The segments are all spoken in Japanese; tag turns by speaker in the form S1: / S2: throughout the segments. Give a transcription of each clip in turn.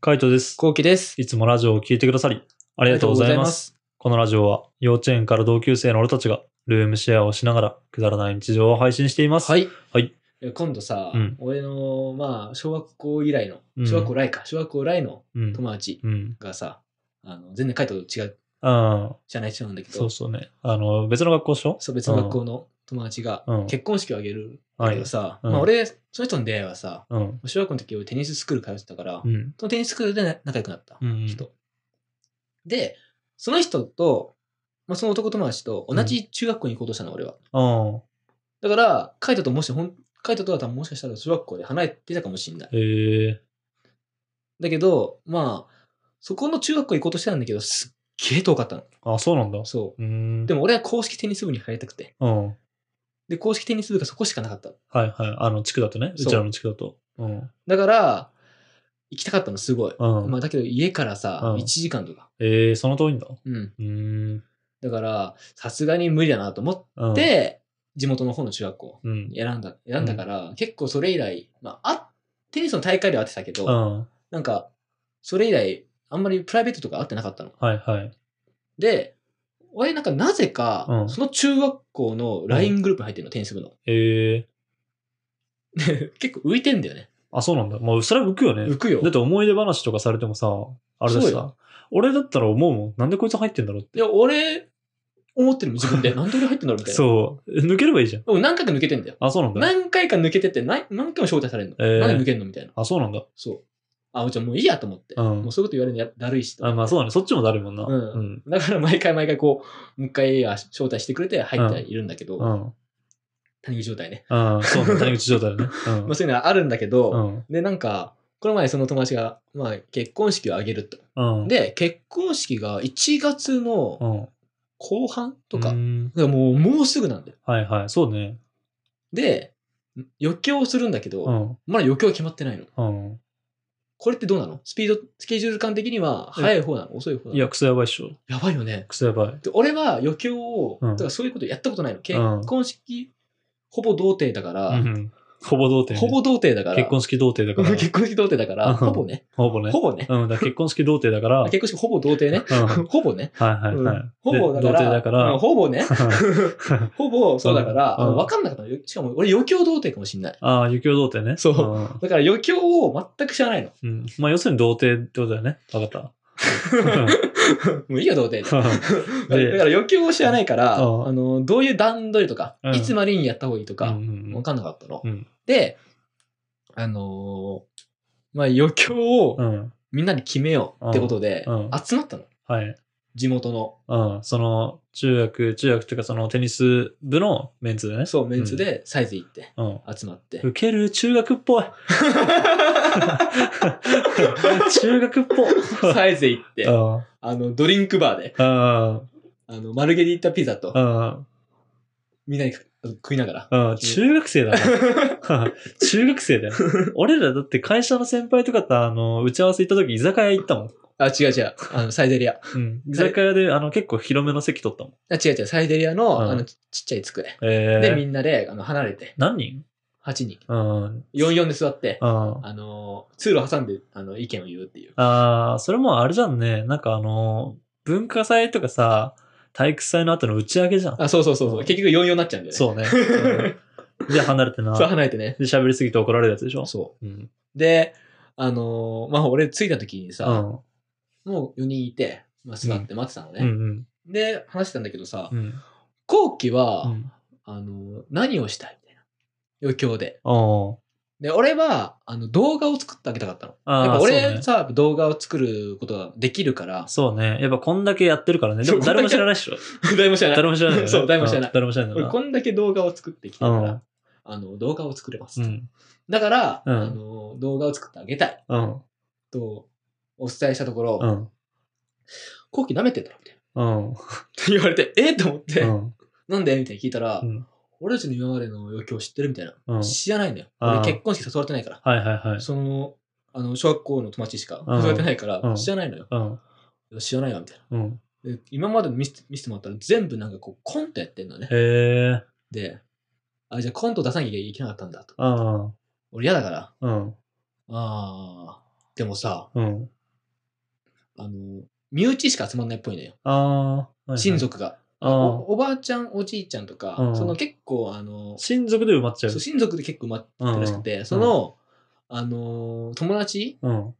S1: カイトです。
S2: こうきです。
S1: いつもラジオを聞いてくださり、あ
S2: あ
S1: りがとうございます。
S2: す。
S1: このラジオは、幼稚園から同級生の俺たちが、ルームシェアをしながら、くだらない日常を配信しています。。
S2: はいい。
S1: はい
S2: や。今度さ、
S1: うん
S2: 俺の、まあ、小学校以来の
S1: う、ん
S2: 小学校来か、小学校来の
S1: うん。
S2: 友達
S1: うん。
S2: がさ、あの全然カイトと違う、
S1: ああ、
S2: じゃない人なんだけど、
S1: そうそうね。あの、別の学校でしょ
S2: そう別の学校の友達が
S1: うん
S2: 結婚式をあげるんだけどさ、
S1: うん
S2: まあ、俺、その人の出会いはさ、
S1: うん。
S2: 小学校の時俺テニススクール通ってたから、
S1: うん。
S2: そのテニススクールでね仲良くなった
S1: うんうん
S2: 人。で、その人と、まあ、その男友達と同じ中学校に行こうとしたの、俺は。
S1: あ
S2: だから、カイトともしほん、カイトとは多分もしかしたら小学校で離れてたかもしれない
S1: あ、。へえ
S2: だけど、まあ、そこの中学校行こうとしてたんだけど、すっげえ遠かったの。
S1: あ、そうなんだ。
S2: そうう。
S1: ん。
S2: で
S1: も、
S2: も俺は公式テニス部に入りたくて。
S1: うん。はい
S2: で、公式テニス部がそこしかなかった。
S1: はい。あの、地区だとね。う
S2: そう
S1: ちらの地区だと。うん。
S2: だから、行きたかったの、すごい。
S1: うん。
S2: まあ、だけど家からさ、
S1: うん
S2: 1時間とか。
S1: ええその遠いんだ。う
S2: うん。
S1: ーん。
S2: だから、さすがに無理だなと思っ
S1: うん、
S2: て、地元の方の中学校
S1: うん。
S2: 選んだ、選んだから、結構それ以来、まあ、あ、テニスの大会では会ってたけど、
S1: うん。
S2: なんか、それ以来、あんまりプライベートとか会ってなかったの。
S1: はいはい。
S2: で、俺なんかなぜか、
S1: うん
S2: その中学校の LINE グループ入ってるの、テニス部の。
S1: ええ
S2: で結構浮いてんだよね。
S1: あ、そうなんだ。まあ、それは浮くよね。
S2: 浮くよ
S1: だっ。て思い出話とかされてもさ、あれだ
S2: そ
S1: し
S2: う
S1: さ
S2: よ、
S1: 俺だったら思うもん。なんでこいつ入ってんだろうっ
S2: いや、俺、思ってるもん自 分で。なんで俺入ってんだろうみた
S1: て。
S2: いな。
S1: そう。え抜ければいいじゃん。
S2: でも何回か抜けてんだよ。
S1: あ、そうなんだ。
S2: 何回か抜けてて、何何回も招待されるの。
S1: えー
S2: なんで抜けんのみたいな。
S1: あ、そうなんだ。
S2: そう。あ、じゃあもういいやと思って。
S1: うん
S2: もうそういうこと言われるのやだるいしと。
S1: あまあそうだね。そっちもだるいもんな。
S2: うん
S1: うん。
S2: だから毎回毎回こう、もう一回あ招待してくれて入ってはいるんだけど、
S1: うん。
S2: 谷口状態ね。
S1: うん。そうね。谷口状態だね。うん
S2: まあ、そういうのはあるんだけど、
S1: うん。
S2: で、なんか、この前その友達が、まあ、結婚式を挙げると。
S1: うん。
S2: で、結婚式が1月の
S1: うん。
S2: 後半と
S1: う
S2: か、
S1: ん
S2: だからもう、もうすぐなんだよ。
S1: はいはい。そうね。
S2: で、余興をするんだけど、
S1: うん。
S2: まだ余興は決まってないの。
S1: うん。
S2: これってどうなのスピード、スケジュール感的には
S1: え
S2: 早い方なの遅い方なの
S1: いや、クソやばいっしょ。
S2: やばいよね。
S1: クソやばい。
S2: で俺は余興を、
S1: うん
S2: だからそういうことやったことないの。結
S1: うん
S2: 婚式、ほぼ童貞だから、
S1: うん。ほぼ童貞、ね。
S2: ほぼ童貞だから、
S1: 結婚
S2: 式
S1: 式童貞だから。
S2: 結婚式童貞だから、
S1: うん
S2: ほぼね、
S1: ほぼね。
S2: ほぼね、
S1: うん。だから結婚式童貞だから。
S2: 結婚式ほぼ童貞ね、
S1: うん。はい
S2: ほぼね、
S1: はいはい。
S2: うほぼだ
S1: で童
S2: から、
S1: 貞だから。
S2: うんほ ぼね、ほぼそうだから、
S1: うん
S2: あの分かんなかったのよ。しかも俺余興童貞かもしんない。
S1: ああ、余興童貞ね。
S2: そうんだから余興を全く知 らないの。
S1: うん。まあ、要するに童貞ってことだよね。わ かっ
S2: もういいよ童貞で。
S1: た。で
S2: だから余興を知らないから、
S1: うん
S2: あのどういう段取りとか、
S1: うん
S2: いつまでにやった方がいいと
S1: う
S2: か
S1: ん、うんう
S2: 分
S1: ん
S2: かんなかったの。
S1: うん
S2: で、あのーまあ余興を
S1: うん。
S2: みんなに決めようってことで、
S1: うんうん
S2: 集まったの。
S1: はい。
S2: 地元の、
S1: うん。その、中学、中学っていうか、そのテニス部のメンツでね。
S2: そう、メンツでサイズ行って、
S1: うん。
S2: 集ま って。
S1: 受ける中学っぽい。中学っぽい。
S2: サイズ行って
S1: う、ん。
S2: あの、ドリンクバーで、
S1: うん。
S2: あの、マルゲリータピザと
S1: う、ん。
S2: みんなに食いながら。
S1: うん。中学生だな。 中学生だよ。俺らだって会社の先輩とかと、あの、打ち合わせ行った時、居酒屋行ったもん。
S2: あ、違う違う。あの、サイゼリア。
S1: うん。居酒屋で、あの、結構広めの席取ったもん。
S2: あ違う違う。サイゼリアの、
S1: うん
S2: あの、ちちっちゃい机。
S1: え
S2: で、
S1: え
S2: みんなで、あの、離れて、
S1: 何人
S2: 8人。
S1: うん。
S2: 44で座って、
S1: うん。
S2: あのー、通路挟んで、あの、意見を言うっていう。
S1: ああ、それもあれじゃんね。なんかあの、文化祭とかさ、体育祭の後の打ち上げじゃん。
S2: あ、そうそうそうそう。結局44になっちゃうんだよね。
S1: そう ね。うんで、離れてな。
S2: そ
S1: で、
S2: う、離れてね。
S1: 喋りすぎて怒られるやつでしょ
S2: そ
S1: うん。
S2: う。で、あのー、まあ、俺着いた時に
S1: う
S2: さ、
S1: ん。
S2: もう4人いて、まあ、座って待ってた
S1: う
S2: のね。
S1: ん。
S2: で、話してたんだけどさ
S1: う、ん。
S2: 後期
S1: う
S2: は、
S1: ん。
S2: あのー、何をしたいみたいな。余興で。
S1: おー
S2: で、俺は、あの、動画を作ってあげたかったの。
S1: あー
S2: やっぱ
S1: そうね
S2: 俺さ、動画を作ることができ るから、
S1: そうね。やっぱこんだけやってるからね。で
S2: そう
S1: も誰も知らないっ しょ。
S2: 誰も知らない。
S1: 誰も知らないよね。
S2: そう誰も知らない
S1: うん誰も知らないよ
S2: 俺
S1: な。
S2: こんだけ動画を作ってきたか
S1: うん
S2: ら、あの、動画を作れます。
S1: うん。
S2: だから、
S1: うん
S2: あの、動画を作ってあげたい
S1: うん。
S2: と、お伝えしたところ、
S1: うん。
S2: 後期舐めてんだろみたいな。
S1: うん。
S2: って言われて、えと思って、
S1: うん。
S2: なんでみたいに聞いたら、
S1: うん
S2: 俺たちの今までの余興知ってるみたいな。
S1: うん
S2: 知らないんだよ。
S1: あー
S2: 俺結婚式誘われてないから。
S1: はいはいはい。
S2: その、あの、小学校の友達しか
S1: うん
S2: 誘われてないか
S1: うん
S2: ら、知らないのよ。
S1: うん。
S2: いや知らないわ、みたい
S1: うん。
S2: な。で今まで見せて見せてもらったら全部なんかこうコントやってんのね
S1: へ。え。
S2: で、あ、じゃあコント出さなきゃいけなかったんだと。
S1: うん。
S2: 俺嫌だから、
S1: うん。
S2: ああ、でもさ、
S1: うん。
S2: あの、身内しか集まんないっぽいのよ。
S1: ああ、はいはい
S2: 親。族が。
S1: あ
S2: おおばあちゃん、おじいちゃんとか、
S1: うん
S2: その結構、あの
S1: あ。、親族で埋まっちゃう
S2: そう。親族で結構埋まってるらしくて、
S1: ん
S2: その、あのー、友達
S1: うん。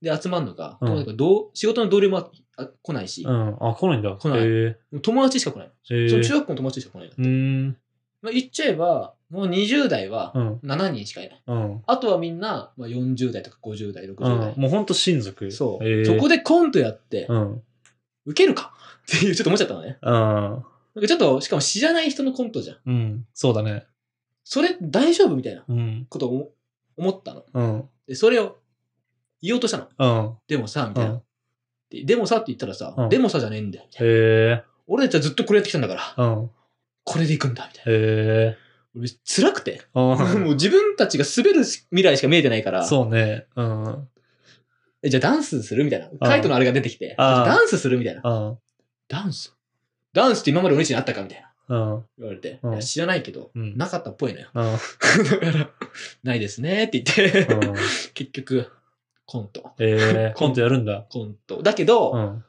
S2: で集まるのが、
S1: うん
S2: 友達がどう仕事の同僚もあ来ないし
S1: う、ん。あ、来ないんだ。
S2: 来ない
S1: へ
S2: 友達しか来ない。
S1: え。へえ。
S2: その中学校の友達しか来ないの。
S1: うーん。
S2: まあ、言っちゃえば、もう20代は
S1: うん。
S2: 7人しかいない。
S1: うん。
S2: あとはみんな、まあ、40代とか50代、
S1: うん
S2: 60代。
S1: もうほんと親族。
S2: そう、
S1: へえ
S2: そこでコントやって、
S1: うん。
S2: 受けるかっていう、ちょっと思っちゃったのね。
S1: うん。
S2: なんかちょっと、しかも知らない人のコントじゃん。
S1: うん。そうだね。
S2: それ大丈夫みたいな
S1: うん。
S2: ことを思思ったの。
S1: うん。
S2: で、それを言おうとしたの。
S1: うん。
S2: でもさ、み
S1: う
S2: たいな。
S1: ん。
S2: ででもさって言ったらさ、
S1: うん
S2: でもさじゃねえんだよ。みたいな
S1: へえ。
S2: 俺たちはずっとこれやってきたんだから、
S1: うん。
S2: これで行くんだ、みたいな。
S1: へえ。
S2: 俺辛くて。
S1: う
S2: もう自分たちが滑る未来しか見えてないから、
S1: そうね。うん。
S2: えじゃあダンスするみたいな。カイトのあれが出てきて、
S1: あー
S2: ダンスするみたいな。
S1: うん。
S2: ダンスダンスって今まで俺たちにあったかみたいな。
S1: うん。
S2: 言われて、
S1: うん
S2: いや知らないけど、
S1: うん
S2: なかったっぽいのよ。
S1: うん。
S2: だから、ないですねって言って、
S1: うん
S2: 結局、コント。
S1: えー、コントやるんだ。
S2: コント。だけど、
S1: うん。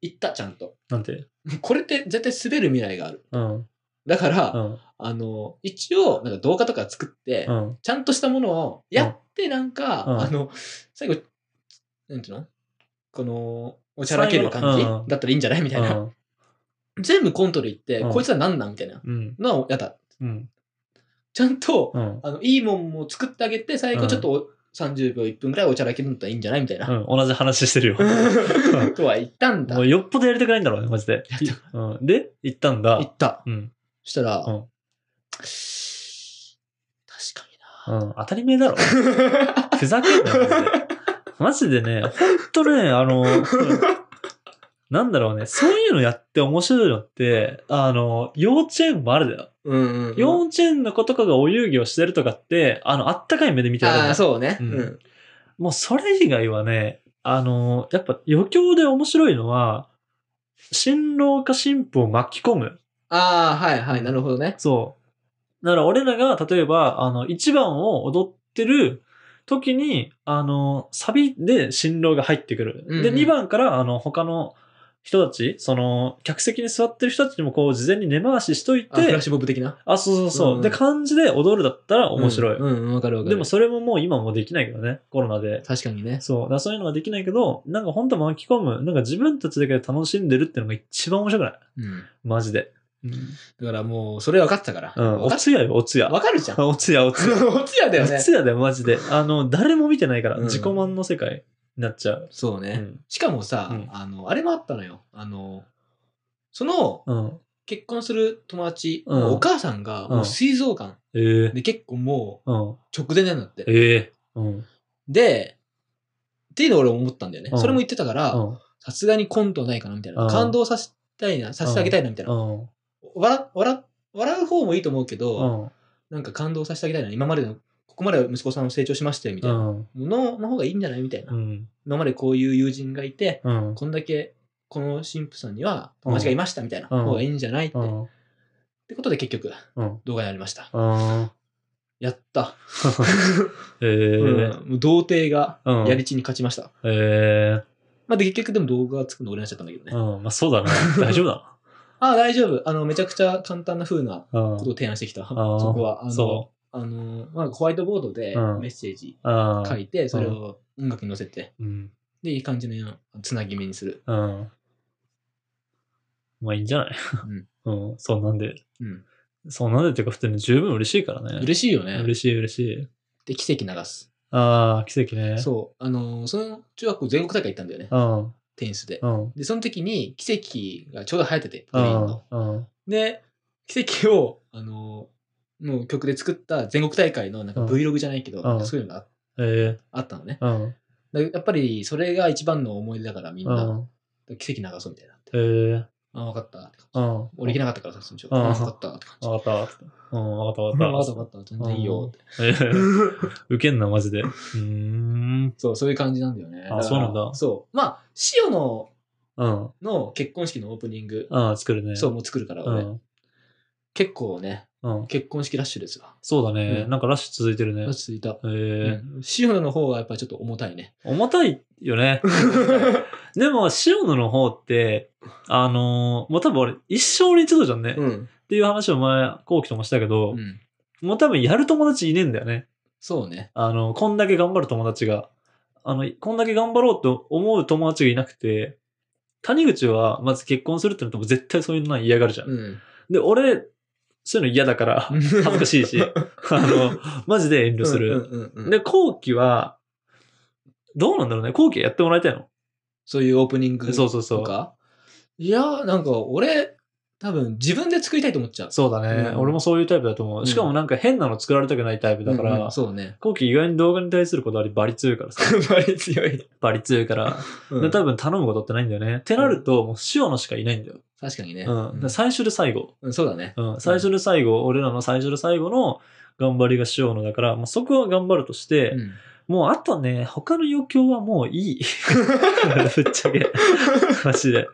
S2: 言った、ちゃんと。
S1: なんて。
S2: これって絶対滑る未来がある。
S1: うん。
S2: だから、
S1: うん。
S2: あの、一応、なんか動画とか作って、
S1: うん。
S2: ちゃんとしたものをやって、なんか、
S1: うん
S2: あの、最後、なんていうのこの、おちゃらける感じ
S1: 最後のうん
S2: だったらいいんじゃないみたいな。全部コントで言って、
S1: うん
S2: こいつは何なんみたいな
S1: うん。
S2: のは嫌だ。
S1: うん。
S2: ちゃんと、
S1: うん。
S2: あの、いいもんも作ってあげて、最
S1: う
S2: 後
S1: ん
S2: ちょっとお30秒、1分くらいおちゃらけるんだったらいいんじゃないみたいな。
S1: うん。同じ話してるよ。
S2: とは言ったんだ。
S1: もうよっぽどやりたくないんだろうね、マジで。
S2: りた
S1: うん。で、行ったんだ
S2: 言。った。
S1: うん。
S2: そしたら、
S1: うん
S2: 確
S1: うん。当たり前だろ。
S2: か
S1: ふざけんなよ、マジで。マジでね、ほんとね、あの、
S2: にな。
S1: なんだろうね、そういうのやって面白いのって、あの、幼稚園もあるだよ。
S2: うんうんうん
S1: 幼稚園の子とかがお遊戯をしてるとかって、あの、あったかい目で見てられる
S2: あ
S1: の
S2: あ、そうね。
S1: う
S2: うんん。
S1: もうそれ以外はね、あの、やっぱ余興で面白いのは、新郎か新婦を巻き込む。
S2: ああ、はいはい、なるほどね。
S1: そう。だから俺らが、例えば、あの、一番を踊ってる時に、あの、サビで新郎が入ってくる。
S2: うんうん
S1: で、2番から、あの、他の人たち、その、客席に座ってる人たちにもこう、事前に根回ししとい
S2: あフラ
S1: て
S2: ッ、シュボブ的な。
S1: あ、そうそうそう。
S2: うん
S1: で、感じで踊るだったら面白い。
S2: うん、うんわかるわかる。
S1: でも、それももう今もできないけどね、コロナで。
S2: 確かにね。
S1: そう。だからそういうのができないけど、なんか本当巻き込む、なんか自分たちだけで楽しんでるってのが一番面白くない
S2: うん。
S1: マジで。
S2: だからもう、それ分かってたから。
S1: うん。お
S2: 分かっ
S1: つやよ、おつや。
S2: わかるじゃん。
S1: おつや、おつや。
S2: おつやだよ
S1: お
S2: ね。
S1: つやだよ、マジで。あの、誰も見てないから、
S2: うん
S1: 自己満の世界になっちゃう。
S2: そう
S1: う
S2: ね。
S1: ん。
S2: しかもさ
S1: うん、
S2: あの、あれもあったのよ。あの、その、
S1: うん。
S2: 結婚する友達、
S1: うん
S2: お母さんが、もう膵臓癌
S1: えー。
S2: で結構も
S1: うん。
S2: う直前なんだって。
S1: ええー。うん。
S2: で、っていうのを俺思ったんだよね。
S1: うん
S2: それも言ってたから、
S1: うん。
S2: さすがにコントはないかな、みたいな。
S1: うん
S2: 感動させたいな、させてあげたいな、みたいな
S1: う。ん。
S2: 笑、笑、笑う方もいいと思うけ
S1: う
S2: ど、
S1: ん。
S2: なんか感動させてあげたいな。今までの、ここまで息子さんを成長しましたよ、みた
S1: う
S2: いな。
S1: ん。
S2: ものの方がいいんじゃないみたいな
S1: う。ん。
S2: 今までこういう友人がいて、
S1: うん。
S2: こんだけ、この神父さんには友達がいました、みたいな。
S1: うん
S2: 方がいいんじゃないって。
S1: う
S2: っ
S1: ん。
S2: てことで結局、
S1: うん。
S2: 動画になりました。
S1: うん。
S2: やった。
S1: えー。
S2: うんもう童貞が、
S1: うん。
S2: やりちに勝ちました。
S1: えー。
S2: まあ、で、結局でも動画作るの俺になっちゃったんだけどね。
S1: うん。まあ、そう だな。大丈夫だ
S2: ああ、大丈夫。あの、めちゃくちゃ簡単な風な
S1: な。う
S2: こ
S1: ん
S2: とを。提案してきた。そ
S1: あー
S2: こは。あの
S1: そ、
S2: あの、まあ、ホワイトボードで
S1: うん
S2: メッセージ
S1: う。うん。
S2: 書いて、それを音楽に乗せて、
S1: うん。
S2: で、いい感じのつなぎ目にする。
S1: うん。まあいいんじゃないうん。そうなんで。
S2: うん。
S1: そうなんでっていうか普通に十分嬉しいからね。
S2: 嬉しいよね。
S1: 嬉しい嬉しい。
S2: で、奇跡流す。
S1: ああ、奇跡ね。
S2: そう。あの、その中学校全国大会行ったんだよね。
S1: うん。
S2: テニスで
S1: う。ん。
S2: で、その時に奇跡がちょうど流行ってて、
S1: う
S2: グリーン
S1: ん
S2: の。
S1: うん。
S2: で、奇跡を、あの、もう曲で作った全国大会のなんか
S1: うん
S2: Vlog じゃないけど、
S1: うん
S2: そういうのが
S1: ええ
S2: あったのね。
S1: うん。
S2: だやっぱりそれが一番の思い出だからみん
S1: う
S2: な、
S1: ん。
S2: 奇跡流そうみたいになって。
S1: ええ
S2: あ、分かったって感
S1: う
S2: じ。
S1: ん。
S2: 俺行けなかったからさ、その時
S1: うん
S2: あ、分かったって感じ。
S1: わかった。うん、わかっ
S2: 分
S1: た
S2: か
S1: わ
S2: った
S1: かっ
S2: 分かった、全
S1: た。
S2: 然いいよっ
S1: う
S2: て。
S1: ん。ええ 受けんな、マジで。うーん。
S2: そう、そういう感じなんだよね。
S1: あ
S2: から
S1: そうなんだ
S2: そう。まあ、塩の
S1: うん。
S2: の結婚式のオープニング、
S1: ああ、作るね。
S2: そう、もう作るから
S1: う
S2: 俺、
S1: ん。
S2: 結構ね、
S1: うん。
S2: 結婚式ラッシュですわ。
S1: そうだね。
S2: うん
S1: なんかラッシュ続いてるね。
S2: 落ち着いた。
S1: え
S2: う
S1: ー、
S2: んシオナの方はやっぱりちょっと重た いね。
S1: 重たいよね。でも、塩野の方って、あのーもう多分俺、一生に一度じゃんね。っ
S2: ん。
S1: ていう話を前、後期ともしたけど、
S2: うん。
S1: もう多分やる友達いねえんだよね。
S2: そうね。
S1: あの、こんだけ頑張る友達が。あの、こんだけ頑張ろうと思う友達がいなくて、谷口は、まず結婚するってのとも絶対そういうのは嫌がるじゃん。
S2: うん。
S1: で、俺、そういうの嫌だから、恥
S2: 恥
S1: ずかしい し、あの、マジで遠慮する。
S2: うんうんうん
S1: で、後期は、どうなんだろうね。後期やってもらいたいの
S2: そういうオープニング
S1: そうそうそう
S2: とかいや、なんか俺、多分自分で作りたいと思っちゃう。
S1: そうだね、
S2: うん
S1: 俺もそういうタイプだと思
S2: う
S1: う。
S2: ん
S1: しかもなんか変なの作られたくないタイプだから、
S2: うんうんそうね。
S1: 後期意外に動画に対するこだわり バリ強いからさ。
S2: バリ強い。
S1: バリ強いから。
S2: う
S1: で
S2: ん
S1: 多分頼むことってないんだよね。ってなると、もう塩のしかいないんだよ。
S2: 確かにね。
S1: うん。だから
S2: う
S1: 最初で最後。
S2: んそうだね。
S1: うん。最初で最後、俺らの最初で最後の頑張りが塩のだから、もうそこは頑張るとして、
S2: うん
S1: もうあとね、他の余興はもういい。ぶっちゃけ。マジで。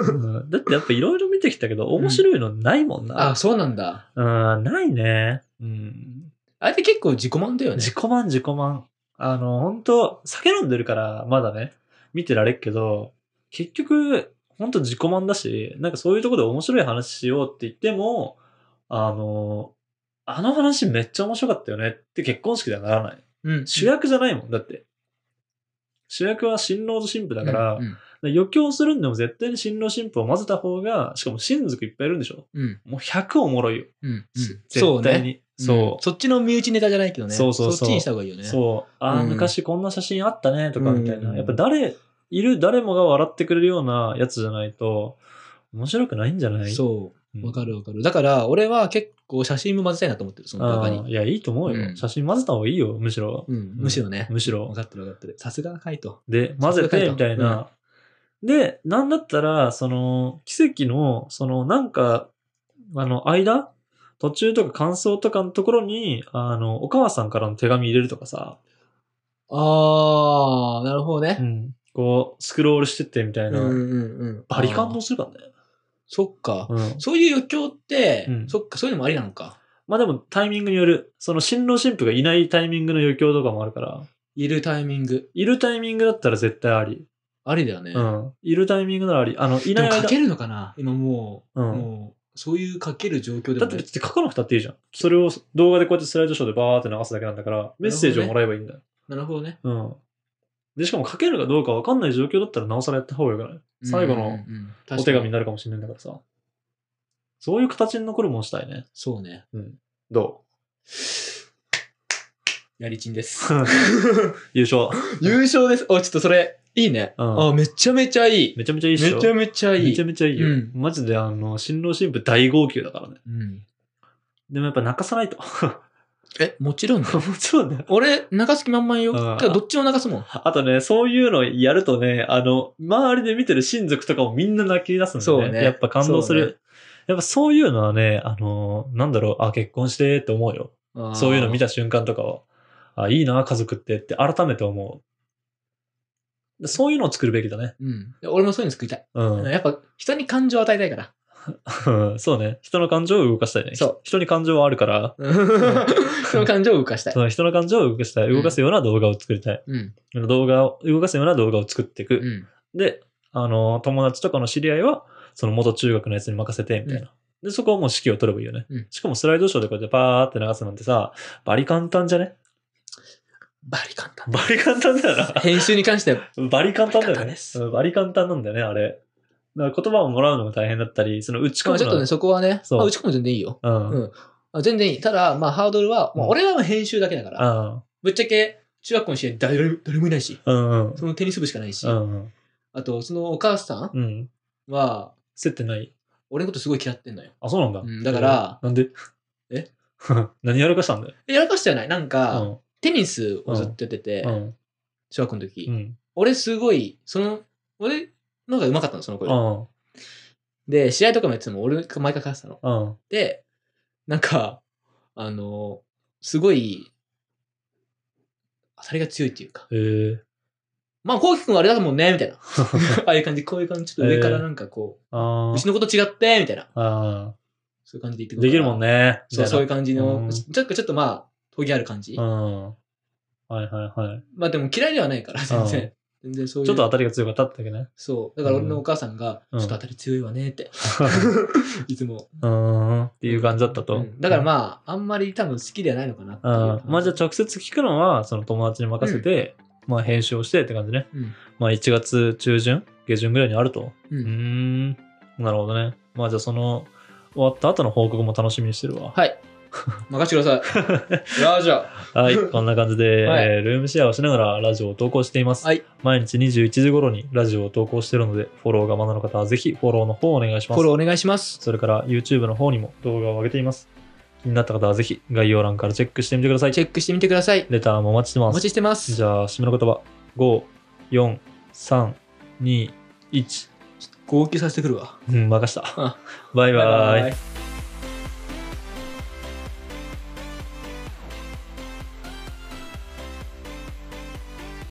S1: うんだってやっぱいろいろ見てきたけど、面白いのないもんな
S2: あ、。そうなんだ。
S1: うん、ないね。うん。
S2: あれって結構自己満だよね。
S1: 自己満自己満。あの、本当酒飲んでるから、まだね、見てられっけど、結局、本当自己満だし、なんかそういうところで面白い話しようって言っても、あの、あの話めっちゃ面白かったよねって結婚式ではならない。
S2: うん
S1: 主役じゃないもん、だって。主役は新郎と新婦だから、
S2: うんうん
S1: 余興するんでも絶対に新郎新婦を混ぜた方が、しかも親族いっぱいいるんでしょ
S2: うん
S1: もう100おもろいよ。
S2: うんうんそ
S1: 絶
S2: う
S1: 対
S2: ね。
S1: に。そう
S2: うん。そっちの身内ネタじゃないけどね。
S1: そうそうそう
S2: そっちにした方がいいよね。
S1: そう。ああ、
S2: うん
S1: 昔こんな写真あったね、とかみたいな。
S2: うん
S1: やっぱ誰、いる誰もが笑ってくれるようなやつじゃないと、面白くないんじゃない
S2: そうう。
S1: ん
S2: わかるわかる。だから、俺は結構写真も混ぜたいなと思ってる、その中
S1: あ
S2: に。
S1: ーいや、いいと思うよ。
S2: うん
S1: 写真混ぜた方がいいよ、むしろ。
S2: うん。むしろね。
S1: むし
S2: わ
S1: ろ。
S2: かってるわかってる。さすがカイト。
S1: で、混ぜ
S2: それ書い
S1: て、
S2: た
S1: みたいな。で、なんだったら、その、奇跡の、その、なんか、あの、間途中とか感想とかのところに、あの、お母さんからの手紙入れるとかさ、
S2: あー、なるほど
S1: う
S2: ね。
S1: ん、こう、スクロールしてってみたいな、
S2: うんうん
S1: バリ感動するからね。
S2: そっか。
S1: うん、
S2: そういう余興って、
S1: うん
S2: そっか、そういうのもありなのか。
S1: まあでもタイミングによる、その新郎新婦がいないタイミングの余興とかもあるから、
S2: いるタイミング。
S1: いるタイミングだったら絶対あり。
S2: ありだよね。
S1: うん。いるタイミングならあり。あの、い
S2: で
S1: な
S2: も
S1: い
S2: 書
S1: 間。
S2: けるのかな今もう、
S1: うん
S2: もう、そういう書ける状況で
S1: だ
S2: も
S1: って
S2: ね、
S1: 別に書かなくたっていいじゃん。それを動画でこうやってスライドショーでバーって流すだけなんだから、メッセージをもらえばいいんだよ。
S2: なるほどね。
S1: うん。で、しかも書けるかどうかわかんない状況だったらなおさらやった方がよくない最後
S2: うんう
S1: の
S2: んうん
S1: お手紙に。なるかもしれないんだからさ。そういう形に残るもんしたいね。
S2: そうね。
S1: ど
S2: やりちんです。
S1: う 優勝。
S2: 優勝です。お、ちょっとそれ、いいね。
S1: うん
S2: あ、めちゃめちゃいい。
S1: めちゃめちゃいいっしょ
S2: めちゃめちゃいい。
S1: めちゃめちゃいいよ。
S2: うん
S1: マジであの、新郎新婦大号泣だからね。
S2: うん
S1: でもやっぱ泣かさないと。
S2: え、もちろんだよ。
S1: もちろんね。
S2: 俺、流す気満々よ。
S1: うん
S2: ただどっちも流すもん。
S1: あとね、そういうのやるとね、あの、周りで見てる親族とかもみんな泣き出すんだよね。
S2: そうね
S1: やっぱ感動す
S2: そうね
S1: る。やっぱそういうのはね、あの、なんだろう、あ、結婚してって思うよ。そういうの見
S2: た。
S1: た瞬間とかは、あ、いいな、家族ってって改めて思う。でそういうのを作るべきだね。
S2: うん。俺もそういうの作りたい。
S1: うん。
S2: やっぱ、人に感情を与えたいから。
S1: そうね。人の感情を動かしたいね。
S2: そう
S1: 人に感情はあるから、
S2: 人の感情を動かしたい
S1: そ。の人の感情を動かしたい。動かすような動画を作りたい。
S2: うん。
S1: 動画を、動かすような動画を作っていく。
S2: うん。
S1: で、あの、友達とかの知り合いは、その元中学のやつに任せて、みたいな。で、そこはもう指揮を取ればいいよね。
S2: うん
S1: しかもスライドショーでこうやってパーって流すなんてさ、バリ簡単じゃね
S2: バリ簡単。
S1: バリ簡単だよ な。
S2: 編集に関しては、
S1: バリ簡単だ
S2: バリ簡
S1: よ
S2: 単
S1: ね
S2: で。す
S1: うんバリ簡単なんだよね、あれ。だから言葉をもらうのも大変だったり、その打ち
S2: しか
S1: 込
S2: も
S1: む
S2: ちょっと
S1: の
S2: ね、そこはね、
S1: そう
S2: まあ、打ち込む全然いいよ。
S1: うん。
S2: うんあ全然いい。ただ、まあ、ハードルは、まあ、
S1: うん
S2: 俺らは編集だけだから、
S1: あ
S2: ぶっちゃけ、中学校の試合誰も誰もいないし、
S1: あうんうん。
S2: そのテニス部しかないし
S1: う、ん。
S2: あと、そのお母さ
S1: うん。
S2: んは、
S1: 接点ない。
S2: 俺のことすごい嫌ってんのよ。
S1: あ、そうなんだ。
S2: うんだから
S1: うん、なんで
S2: え
S1: 何やらかしたんだよ。
S2: やらかしてはない。なんか、
S1: うん
S2: テニスをずっとやってて、
S1: うん。
S2: 小学校の時、
S1: うん。
S2: 俺すごい、その、俺の方が上手かったの、その子より
S1: うん。
S2: で、試合とかもやってても俺が毎回勝ってたの。
S1: うん。
S2: で、なんか、あの、すごい、当たりが強いっていうか、
S1: え ー。
S2: まあ、こうきくんはあれだもんね、みたいな。 ああいう感じ、こういう感じ、ちょっと上からなんかこう、
S1: あ
S2: う
S1: ー
S2: ちのこと違って、みたいな。
S1: あ
S2: そういう感じで言ってく
S1: できるもん
S2: ね。
S1: ね。
S2: そう、そういう感じ
S1: う
S2: の、
S1: ん
S2: ちょっと、ちょっとまあ、トゲある感じ。
S1: じ。うん。はいはいはい。
S2: まあでも嫌いではないから、全然。全然そういう。
S1: ちょっと当たりが強かったってだけね。
S2: そう。だから俺のお母さんが、
S1: うん
S2: ちょっと当たり強いわ ねって。いつも。
S1: うーん。っていう感じだったと。
S2: うんだからまあ、あんまり多分好きではないのかなっていう
S1: うん
S2: 感じ。
S1: まあじゃあ直接聞くのはその友達に任せて、まあ編集をしてって感じね。
S2: うん
S1: まあ1月中旬、下旬ぐらいにあると。う
S2: う
S1: ー
S2: ん。
S1: ん。なるほどね。まあじゃあその終わった後の報告も楽しみにしてるわ。
S2: はい。任せてください。よーしゃ。
S1: はい、 こんな感じで、
S2: はい
S1: えールームシェアをしながらラジオを投稿しています。
S2: はい
S1: 毎日21時頃にラジオを投稿しているので、フォローがまだの方はぜひフォローの方をお願いし
S2: フ
S1: ます
S2: ォ。ローお願いします。
S1: それから YouTube の方にも動画を上げています。気になった方はぜひ概要欄からチェックしてみてください。
S2: チェックしてみてください。
S1: レターもお待ちして
S2: お
S1: ます
S2: 待。ちしてます。
S1: じゃあ、締めの言葉。5、4、3、2、1。
S2: 号泣させてくるわ。
S1: うん、任した
S2: あ。
S1: バイバイ。
S2: イ。